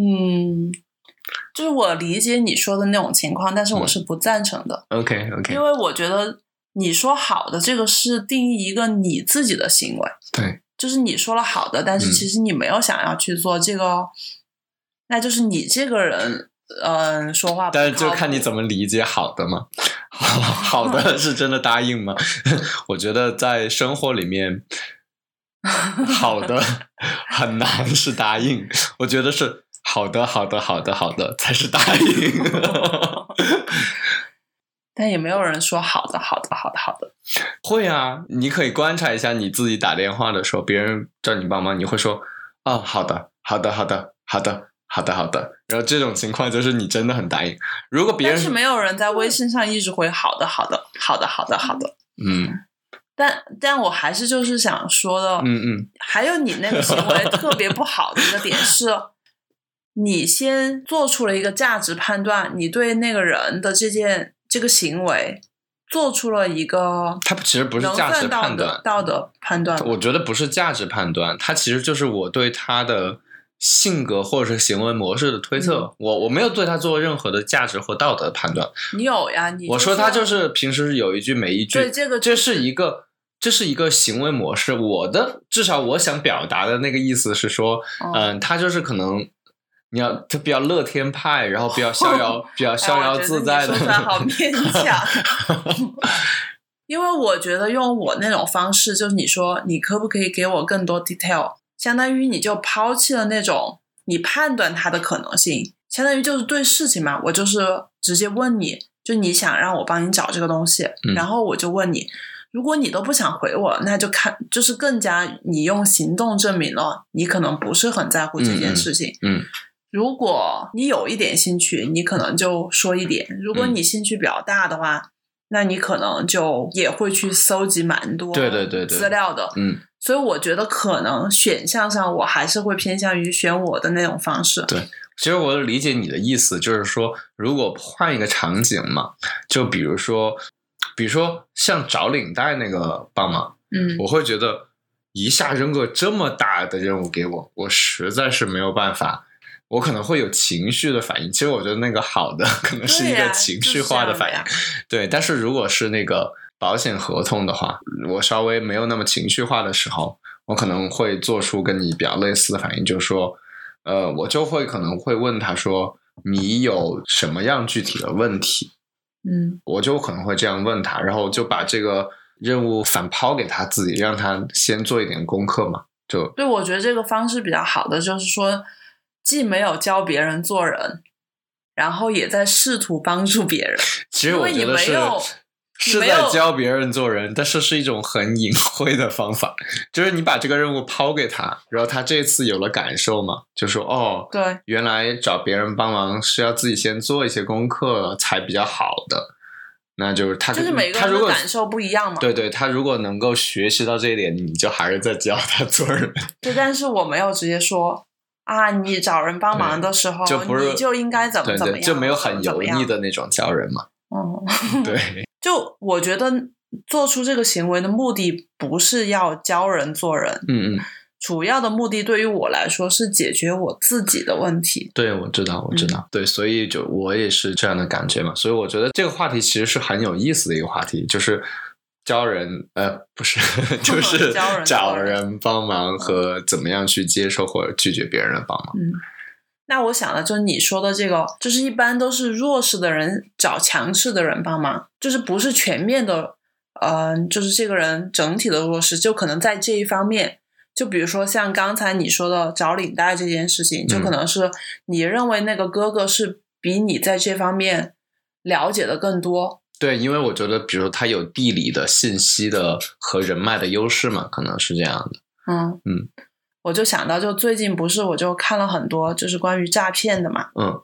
Speaker 3: 嗯，就是我理解你说的那种情况，但是我
Speaker 2: 嗯
Speaker 3: 是不赞成的，
Speaker 2: OK OK，
Speaker 3: 因为我觉得你说好的这个是定义一个你自己的行为，
Speaker 2: 对，
Speaker 3: 就是你说了好的，但是
Speaker 2: 嗯
Speaker 3: 其实你没有想要去做这个哦，那就是你这个人，嗯、说话不
Speaker 2: 但是就
Speaker 3: 靠谱
Speaker 2: 看你怎么理解好的嘛。好 (laughs) 好
Speaker 3: (laughs)
Speaker 2: 的是真的答应吗？ (laughs) 我觉得在生活
Speaker 3: (laughs)
Speaker 2: 里面，好的很难是答应，我觉得是好的好的好的好的才是答应。 (laughs)
Speaker 3: 但也没有人说好的，好的，好的，好的。
Speaker 2: 会啊，你可以观察一下你自己打电话的时候，别人叫你帮忙，你会说哦，好的，好的，好的，好的，好的，好的。然后这种情况就是你真的很答应。如果别
Speaker 3: 但
Speaker 2: 人
Speaker 3: 是没有人在微信上一直回好的，好的，好的，好的，好的。
Speaker 2: 嗯
Speaker 3: 但但我还是就是想说的，
Speaker 2: 嗯嗯，
Speaker 3: 还有你那个行为特别不好的一个点是，你先做出了一个价值判断，你对那个人的这件这个行为做出了一个
Speaker 2: 它其实不是
Speaker 3: 能
Speaker 2: 价值
Speaker 3: 算道
Speaker 2: 判
Speaker 3: 德
Speaker 2: 断，
Speaker 3: 道德判断。
Speaker 2: 我觉得不是价值判断，它其实就是我对他的性格或者是行为模式的推测。
Speaker 3: 嗯
Speaker 2: 我我没有对他做任何的价值或道德判断。
Speaker 3: 你有呀，你
Speaker 2: 我说他就是平时有一句没一句，
Speaker 3: 对这个
Speaker 2: 这是一个这是一个行为模式。我的至少我想表达的那个意思是说，
Speaker 3: 嗯
Speaker 2: 嗯，他就是可能。你要他比较乐天派，然后
Speaker 3: (laughs)
Speaker 2: 比较逍遥，比较逍遥自在的。
Speaker 3: 哎哎我觉得你说出来好勉强。
Speaker 2: (laughs)
Speaker 3: 因为我觉得用我那种方式，就是你说你可不可以给我更多 detail，相当于你就抛弃了那种你判断它的可能性，相当于就是对事情嘛，我就是直接问你，就你想让我帮你找这个东西，
Speaker 2: 嗯
Speaker 3: 然后我就问你，如果你都不想回我，那就看就是更加你用行动证明了你可能不是很在乎这件事情，
Speaker 2: (laughs) 嗯嗯
Speaker 3: 如果你有一点兴趣，你可能就说一点；如
Speaker 2: 嗯
Speaker 3: 果你兴趣比较大的话，那你可能就也会去搜集蛮多
Speaker 2: 对对对对
Speaker 3: 资料的。
Speaker 2: 嗯，
Speaker 3: 所以我觉得可能选项上，我还是会偏向于选我的那种方式。
Speaker 2: 其实我理解你的意思，就是说，如果换一个场景嘛，就比如说，比如说像找领带那个帮忙，
Speaker 3: 嗯，
Speaker 2: 我会觉得一下扔个这么大的任务给我，我实在是没有办法。我可能会有情绪的反应，其实我觉得那个好的 (laughs) 可能是一
Speaker 3: 对呀
Speaker 2: 个情绪化的反应，
Speaker 3: 就是
Speaker 2: 对。但是如果是那个保险合同的话，我稍微没有那么情绪化的时候，我可能会做出跟你比较类似的反应，就是说，呃，我就会可能会问他说，你有什么样具体的问题？
Speaker 3: 嗯，
Speaker 2: 我就可能会这样问他，然后就把这个任务反抛给他自己，让他先做一点功课嘛。就
Speaker 3: 对，我觉得这个方式比较好的就是说，既没有教别人做人，然后也在试图帮助别人。
Speaker 2: 其实
Speaker 3: 因
Speaker 2: 我
Speaker 3: 为
Speaker 2: 觉
Speaker 3: 你
Speaker 2: 得
Speaker 3: 没
Speaker 2: 是
Speaker 3: 有
Speaker 2: 是
Speaker 3: 你没
Speaker 2: 在
Speaker 3: 有
Speaker 2: 教别人做人，但是是一种很隐晦的方法，就是你把这个任务抛给他，然后他这次有了感受嘛，就说哦，
Speaker 3: 对，
Speaker 2: 原来找别人帮忙是要自己先做一些功课才比较好的，那就是他
Speaker 3: 就是每个
Speaker 2: 他
Speaker 3: 人
Speaker 2: 如
Speaker 3: 的
Speaker 2: 果
Speaker 3: 感受不一样嘛。
Speaker 2: 对对，他如果能够学习到这一点，你就还是在教他做人。
Speaker 3: 对，但是我没有直接说啊，你找人帮忙的时候，
Speaker 2: 就不是
Speaker 3: 哦你就应该怎么
Speaker 2: 对
Speaker 3: 怎么
Speaker 2: 对，
Speaker 3: 样，
Speaker 2: 就没有很油腻
Speaker 3: 的。
Speaker 2: 的那种教人嘛。
Speaker 3: 嗯，
Speaker 2: (laughs) 对，
Speaker 3: (laughs) 就我觉得做出这个行为的目的不是要教人做人，
Speaker 2: 嗯嗯，
Speaker 3: 主要的目的对于我来说是解决我自己的问题。
Speaker 2: 对，我知道，
Speaker 3: 嗯
Speaker 2: 我知道，对，所以就我也是这样的感觉嘛。所以我觉得这个话题其实是很有意思的一个话题，就是教人，呃，不是， (laughs)
Speaker 3: (laughs)
Speaker 2: 就是
Speaker 3: 教人
Speaker 2: 找
Speaker 3: 做人
Speaker 2: 人帮忙和怎么样去接受或者拒绝别人的帮忙。
Speaker 3: 嗯，那我想的就是你说的这个，就是一般都是弱势的人找强势的人帮忙，就是不是全面的，嗯、就是这个人整体的弱势，就可能在这一方面，就比如说像刚才你说的找领带这件事情，就
Speaker 2: 嗯
Speaker 3: 可能是你认为那个哥哥是比你在这方面了解的更多，
Speaker 2: 对，因为我觉得，比如他有地理的信息的和人脉的优势嘛，可能是这样的。
Speaker 3: 嗯
Speaker 2: 嗯，
Speaker 3: 我就想到，就最近不是我就看了很多就是关于诈骗的嘛，
Speaker 2: 嗯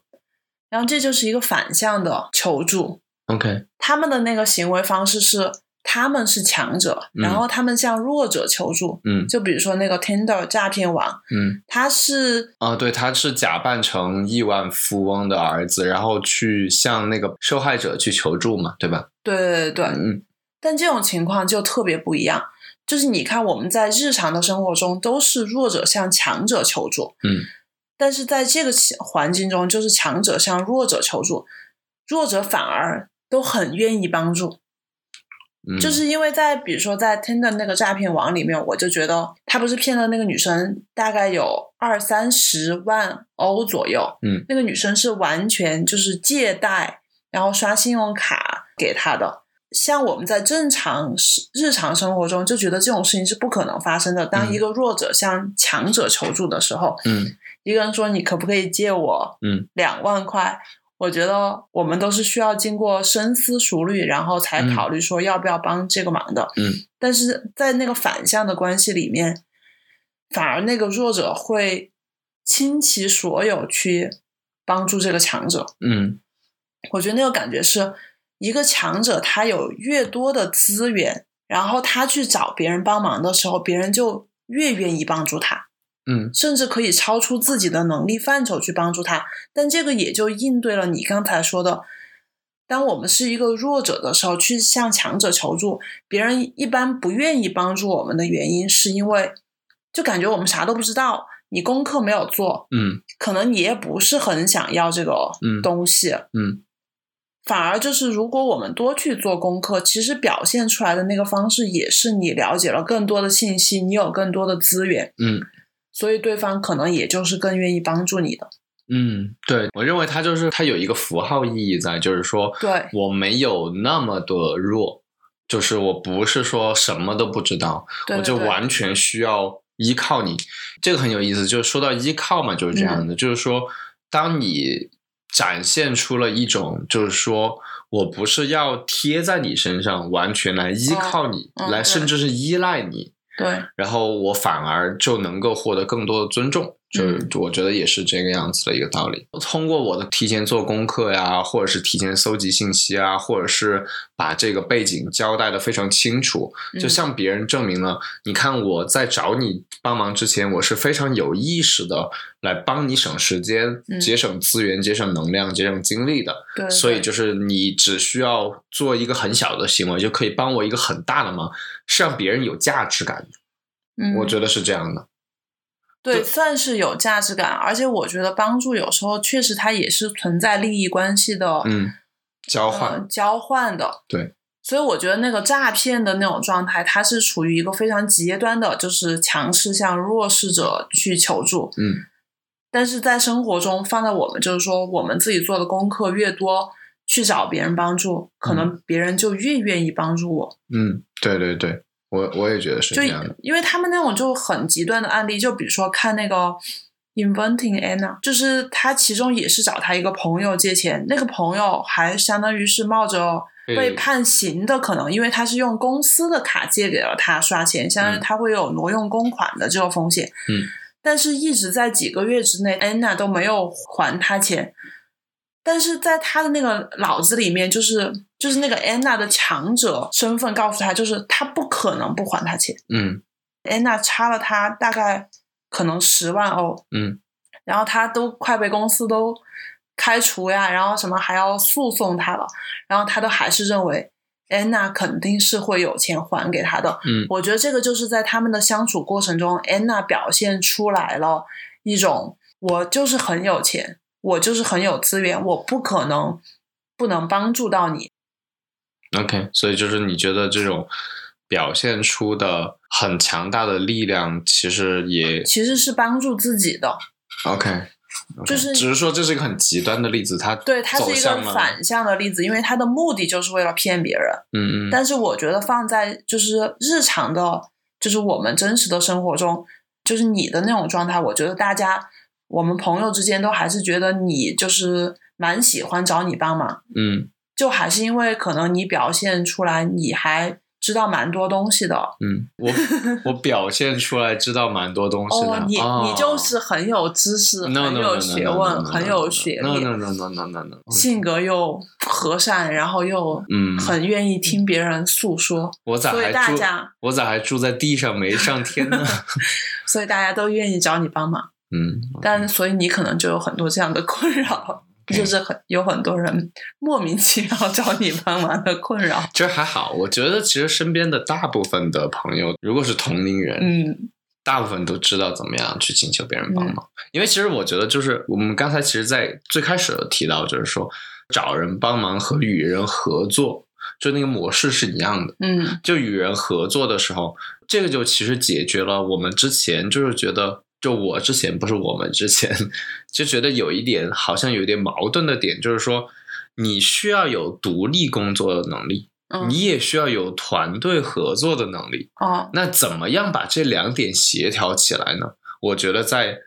Speaker 3: 然后这就是一个反向的求助，
Speaker 2: ，OK，
Speaker 3: 他们的那个行为方式是他们是强者，
Speaker 2: 嗯
Speaker 3: 然后他们向弱者求助，
Speaker 2: 嗯
Speaker 3: 就比如说那个 Tinder 诈骗网，
Speaker 2: 嗯，
Speaker 3: 它是
Speaker 2: 啊，对，他是假扮成亿万富翁的儿子，然后去向那个受害者去求助嘛，对吧？
Speaker 3: 对对对，
Speaker 2: 嗯
Speaker 3: 但这种情况就特别不一样。就是你看，我们在日常的生活中都是弱者向强者求助，
Speaker 2: 嗯，
Speaker 3: 但是在这个情环境中，就是强者向弱者求助，弱者反而都很愿意帮助。
Speaker 2: 嗯，
Speaker 3: 就是因为在比如说在 Tinder 那个诈骗网里面，我就觉得他不是骗了那个女生大概有二三十万欧左右，
Speaker 2: 嗯，
Speaker 3: 那个女生是完全就是借贷，然后刷信用卡给他的。像我们在正常是日常生活中就觉得这种事情是不可能发生的。当
Speaker 2: 嗯
Speaker 3: 一个弱者向强者求助的时候，
Speaker 2: 嗯
Speaker 3: 一个人说你可不可以借我
Speaker 2: 嗯
Speaker 3: 两万块？我觉得我们都是需要经过深思熟虑，然后才
Speaker 2: 嗯
Speaker 3: 考虑说要不要帮这个忙的。
Speaker 2: 嗯，
Speaker 3: 但是在那个反向的关系里面，反而那个弱者会倾其所有去帮助这个强者。
Speaker 2: 嗯
Speaker 3: 我觉得那个感觉是一个强者，他有越多的资源，然后他去找别人帮忙的时候，别人就越愿意帮助他。
Speaker 2: 嗯
Speaker 3: 甚至可以超出自己的能力范畴去帮助他。但这个也就应对了你刚才说的，当我们是一个弱者的时候，去向强者求助，别人一般不愿意帮助我们的原因，是因为就感觉我们啥都不知道，你功课没有做，
Speaker 2: 嗯
Speaker 3: 可能你也不是很想要这个
Speaker 2: 嗯
Speaker 3: 东西。
Speaker 2: 嗯
Speaker 3: 反而就是，如果我们多去做功课，其实表现出来的那个方式也是你了解了更多的信息，你有更多的资源，
Speaker 2: 嗯
Speaker 3: 所以对方可能也就是更愿意帮助你的。
Speaker 2: 嗯，对，我认为它就是它有一个符号意义在，就是说
Speaker 3: 对
Speaker 2: 我没有那么的弱，就是我不是说什么都不知道，
Speaker 3: 对
Speaker 2: 我就
Speaker 3: 对对
Speaker 2: 完全需要依靠你。这个很有意思，就是说到依靠嘛，就是这样
Speaker 3: 嗯
Speaker 2: 的，就是说，当你展现出了一种，就是说我不是要贴在你身上，完全来依靠你，
Speaker 3: 嗯嗯
Speaker 2: 来
Speaker 3: 对
Speaker 2: 甚至是依赖你，
Speaker 3: 对
Speaker 2: 然后我反而就能够获得更多的尊重。就是
Speaker 3: 嗯
Speaker 2: 我觉得也是这个样子的一个道理。通过我的提前做功课呀，或者是提前搜集信息啊，或者是把这个背景交代的非常清楚，
Speaker 3: 嗯
Speaker 2: 就向别人证明了，你看我在找你帮忙之前，我是非常有意识的来帮你省时间、
Speaker 3: 嗯
Speaker 2: 节省资源、节省能量、节省精力的。
Speaker 3: 对，
Speaker 2: 所以
Speaker 3: 对
Speaker 2: 就是你只需要做一个很小的行为，就可以帮我一个很大的忙，是让别人有价值感的。
Speaker 3: 嗯，
Speaker 2: 我觉得是这样的。
Speaker 3: 对
Speaker 2: 对
Speaker 3: 算是有价值感，而且我觉得帮助有时候确实它也是存在利益关系的，
Speaker 2: 嗯，交
Speaker 3: 呃，
Speaker 2: 换。
Speaker 3: 交换的，
Speaker 2: 对。
Speaker 3: 所以我觉得那个诈骗的那种状态，它是处于一个非常极端的，就是强势向弱势者去求助。
Speaker 2: 嗯
Speaker 3: 但是在生活中放在我们，就是说我们自己做的功课越多，去找别人帮助，可能别人就越愿意帮助我。
Speaker 2: 嗯，对对对，我我也觉得是
Speaker 3: 就
Speaker 2: 这样的。
Speaker 3: 因为他们那种就很极端的案例，就比如说看那个 Inventing Anna，就是他其中也是找他一个朋友借钱，那个朋友还相当于是冒着被
Speaker 2: 被
Speaker 3: 判刑的可能，因为他是用公司的卡借给了他刷钱，相当于
Speaker 2: 嗯
Speaker 3: 他会有挪用公款的这个风险。
Speaker 2: 嗯，
Speaker 3: 但是一直在几个月之内，安娜都没有还他钱。但是在他的那个脑子里面，就是就是那个安娜的强者身份告诉他，就是他不可能不还他钱。
Speaker 2: 嗯
Speaker 3: 安娜差哎了他大概可能十万欧，
Speaker 2: 嗯，
Speaker 3: 然后他都快被公司都开除呀，然后什么还要诉讼他了，然后他都还是认为安娜肯定是会有钱还给他的。
Speaker 2: 嗯
Speaker 3: 我觉得这个就是在他们的相处过程中，安娜表现出来了一种我就是很有钱，我就是很有资源，我不可能不能帮助到你，
Speaker 2: ，OK，所以就是你觉得这种表现出的很强大的力量，其实也
Speaker 3: 其实是帮助自己的。
Speaker 2: OK，, o k
Speaker 3: 就是
Speaker 2: 只是说这是一个很极端的例子，它
Speaker 3: 对，它是
Speaker 2: 走
Speaker 3: 一
Speaker 2: 向
Speaker 3: 个
Speaker 2: 了
Speaker 3: 反向的例子，因为它的目的就是为了骗别人。
Speaker 2: 嗯嗯
Speaker 3: 但是我觉得放在就是日常的，就是我们真实的生活中，就是你的那种状态，我觉得大家我们朋友之间都还是觉得你就是蛮喜欢找你帮忙。
Speaker 2: 嗯
Speaker 3: 就还是因为可能你表现出来你还知道蛮多东西的。
Speaker 2: 嗯，我我表现出来知道蛮多东西的。
Speaker 3: 哦，你你就是很有知识，
Speaker 2: no,
Speaker 3: 很有学问，很有学
Speaker 2: No no
Speaker 3: 历，
Speaker 2: no no no no no。
Speaker 3: 性格又和善，然后又
Speaker 2: 嗯，
Speaker 3: 很愿意听别人诉说，
Speaker 2: 我咋
Speaker 3: 所
Speaker 2: 还
Speaker 3: 以大
Speaker 2: 住？
Speaker 3: 家
Speaker 2: 我咋还住在地上没上天呢？
Speaker 3: 所以大家都愿意找你帮忙。
Speaker 2: 嗯，嗯
Speaker 3: 但所以你可能就有很多这样的困扰，就是很有很多人莫名其妙找你帮忙的困扰。
Speaker 2: 其实还好，我觉得其实身边的大部分的朋友，如果是同龄人，
Speaker 3: 嗯
Speaker 2: 大部分都知道怎么样去请求别人帮忙。因为其实我觉得，就是我们刚才其实，在最开始有提到，就是说找人帮忙和与人合作，就那个模式是一样的。
Speaker 3: 嗯
Speaker 2: 就与人合作的时候，这个就其实解决了我们之前就是觉得，就我之前不是我们之前 (laughs) 就觉得有一点好像有一点矛盾的点，就是说你需要有独立工作的能力，
Speaker 3: 嗯，
Speaker 2: 你也需要有团队合作的能力。
Speaker 3: 哦
Speaker 2: 那怎么样把这两点协调起来呢？我觉得在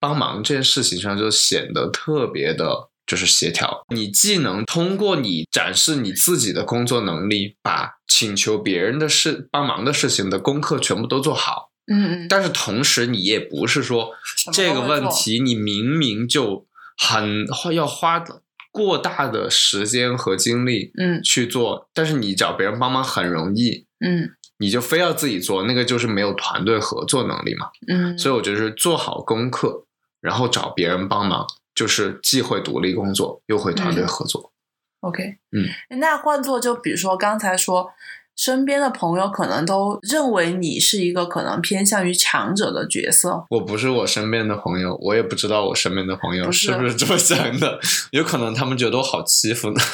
Speaker 2: 帮忙这件事情上就显得特别的，就是协调。你既能通过你展示你自己的工作能力，把请求别人的事帮忙的事情的功课全部都做好，
Speaker 3: 嗯嗯，
Speaker 2: 但是同时你也不是说
Speaker 3: 什么都
Speaker 2: 这个
Speaker 3: 会
Speaker 2: 问
Speaker 3: 做
Speaker 2: 题你明明就很花要花过大的时间和精力
Speaker 3: 嗯
Speaker 2: 去做，但是你找别人帮忙很容易，
Speaker 3: 嗯
Speaker 2: 你就非要自己做，那个就是没有团队合作能力嘛。
Speaker 3: 嗯，
Speaker 2: 所以我觉得是做好功课，然后找别人帮忙，就是既会独立工作，又会团
Speaker 3: 嗯
Speaker 2: 队合作。
Speaker 3: OK，
Speaker 2: 嗯，
Speaker 3: 那换做就比如说刚才说，身边的朋友可能都认为你是一个可能偏向于强者的角色，
Speaker 2: 我不是我身边的朋友，我也不知道我身边的朋友
Speaker 3: 不是
Speaker 2: 是不是这么想的，有可能他们觉得我好欺负呢。 (laughs)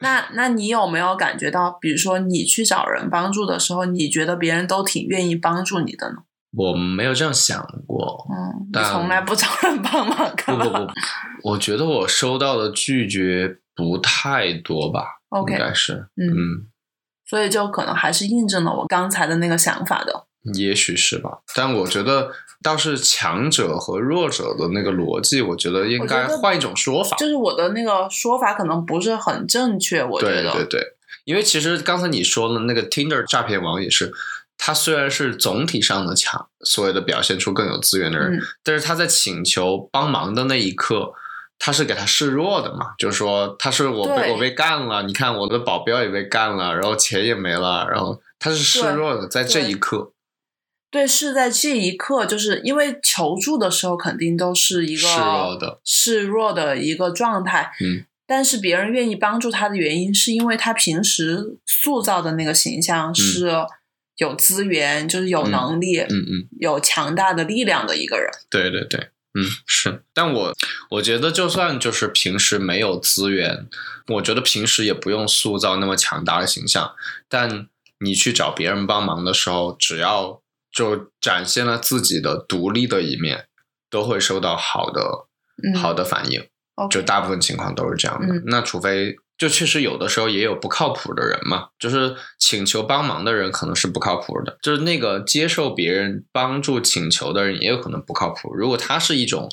Speaker 3: 那那你有没有感觉到，比如说你去找人帮助的时候，你觉得别人都挺愿意帮助你的呢？
Speaker 2: 我没有这样想
Speaker 3: (laughs)
Speaker 2: 过，
Speaker 3: 嗯，你
Speaker 2: 但
Speaker 3: 从来不找人帮忙 (laughs)
Speaker 2: 不
Speaker 3: 干嘛
Speaker 2: 不不，我觉得我收到的拒绝不太多吧
Speaker 3: OK，
Speaker 2: 应该是，
Speaker 3: 嗯，
Speaker 2: 嗯，
Speaker 3: 所以就可能还是印证了我刚才的那个想法的。
Speaker 2: 也许是吧，但我觉得倒是强者和弱者的那个逻辑，我觉得应该
Speaker 3: 我觉得
Speaker 2: 换一种说法。
Speaker 3: 就是我的那个说法可能不是很正确，我觉
Speaker 2: 对
Speaker 3: 得，
Speaker 2: 对对，因为其实刚才你说的那个 Tinder 诈骗王也是，他虽然是总体上的强，所谓的表现出更有资源的人，
Speaker 3: 嗯
Speaker 2: 但是他在请求帮忙的那一刻。他是给他示弱的嘛，就是说他是我被
Speaker 3: 对
Speaker 2: 我被干了，你看我的保镖也被干了，然后钱也没了，然后他是示
Speaker 3: 对
Speaker 2: 弱的，在这
Speaker 3: 对
Speaker 2: 一刻，
Speaker 3: 对，是在这一刻，就是因为求助的时候肯定都是一个
Speaker 2: 示弱的
Speaker 3: 示弱的一个状态。
Speaker 2: 嗯。
Speaker 3: 但是别人愿意帮助他的原因，是因为他平时塑造的那个形象是有资源，就是有
Speaker 2: 嗯
Speaker 3: 能力、
Speaker 2: 嗯嗯。
Speaker 3: 有强大的力量的一个人。
Speaker 2: 对对对，嗯，是。但我我觉得，就算就是平时没有资源，我觉得平时也不用塑造那么强大的形象。但你去找别人帮忙的时候，只要就展现了自己的独立的一面，都会收到好的
Speaker 3: 嗯，
Speaker 2: 好的反应。
Speaker 3: OK，
Speaker 2: 就大部分情况都是这样的。
Speaker 3: 嗯
Speaker 2: 那除非就确实有的时候也有不靠谱的人嘛，就是请求帮忙的人可能是不靠谱的，就是那个接受别人帮助请求的人也有可能不靠谱。如果他是一种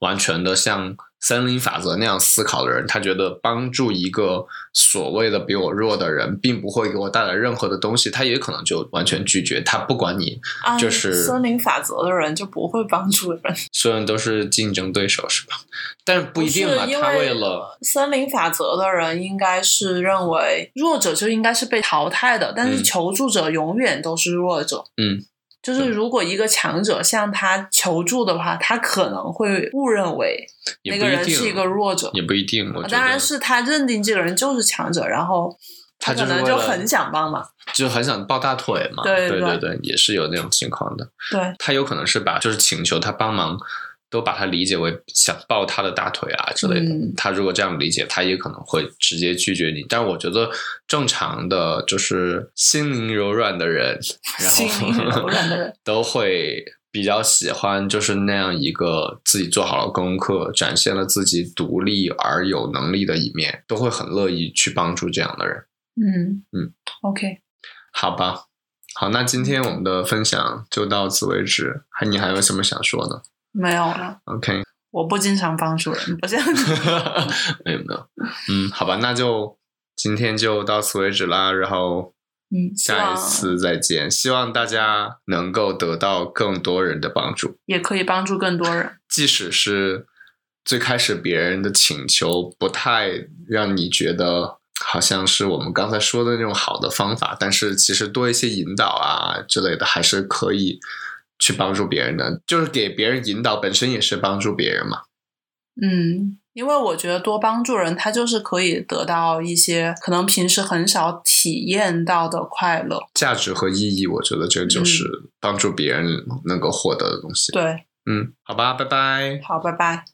Speaker 2: 完全的像森林法则那样思考的人，他觉得帮助一个所谓的比我弱的人，并不会给我带来任何的东西，他也可能就完全拒绝，他不管你，
Speaker 3: 按
Speaker 2: 就是
Speaker 3: 森林法则的人就不会帮助人。
Speaker 2: 虽然都是竞争对手，是吧？但是不一定
Speaker 3: 是
Speaker 2: 嘛，
Speaker 3: 因
Speaker 2: 他
Speaker 3: 为
Speaker 2: 为了。
Speaker 3: 森林法则的人应该是认为弱者就应该是被淘汰的，但是
Speaker 2: 嗯
Speaker 3: 求助者永远都是弱者。
Speaker 2: 嗯，
Speaker 3: 就是
Speaker 2: 对
Speaker 3: 如果一个强者向他求助的话，他可能会误认为
Speaker 2: 也
Speaker 3: 那
Speaker 2: 不
Speaker 3: 个
Speaker 2: 一
Speaker 3: 人
Speaker 2: 定啊
Speaker 3: 是一个弱者。
Speaker 2: 也不一定，我觉得
Speaker 3: 啊当然是他认定这个人就是强者，然后
Speaker 2: 他
Speaker 3: 可
Speaker 2: 就是
Speaker 3: 能
Speaker 2: 为
Speaker 3: 就
Speaker 2: 了
Speaker 3: 很想帮忙。
Speaker 2: 就很想抱大腿嘛。
Speaker 3: 对
Speaker 2: 对
Speaker 3: 对
Speaker 2: 对，也是有那种情况的。
Speaker 3: 对，
Speaker 2: 他有可能是把就是请求他帮忙，都把他理解为想抱他的大腿啊之类的。
Speaker 3: 嗯
Speaker 2: 他如果这样理解，他也可能会直接拒绝你。但我觉得正常的就是心灵柔软的人，然
Speaker 3: (laughs)
Speaker 2: 后
Speaker 3: 心灵柔软的人
Speaker 2: (laughs) 都会。比较喜欢就是那样一个自己做好了功课，展现了自己独立而有能力的一面，都会很乐意去帮助这样的人。
Speaker 3: 嗯
Speaker 2: 嗯
Speaker 3: ，OK，
Speaker 2: 好吧，好，那今天我们的分享就到此为止。还你还有什么想说的
Speaker 3: 没有了。 (laughs)
Speaker 2: ？OK， (laughs)
Speaker 3: 我不经常帮助人，不像你。
Speaker 2: 没有没有，嗯，好吧，那就今天就到此为止啦，然后
Speaker 3: 嗯，希
Speaker 2: 下一
Speaker 3: 望
Speaker 2: 次再见。希望大家能够得到更多人的帮助，
Speaker 3: 也可以帮助更多人。
Speaker 2: 即使是最开始别人的请求不太让你觉得好像是我们刚才说的那种好的方法，但是其实多一些引导啊之类的，还是可以去帮助别人的。就是给别人引导本身也是帮助别人嘛。
Speaker 3: 嗯，因为我觉得多帮助人，他就是可以得到一些可能平时很少体验到的快乐。
Speaker 2: 价值和意义，我觉得这就是帮助别人能够获得的东西。
Speaker 3: 对，
Speaker 2: 嗯，好吧，拜拜。
Speaker 3: 好，拜拜。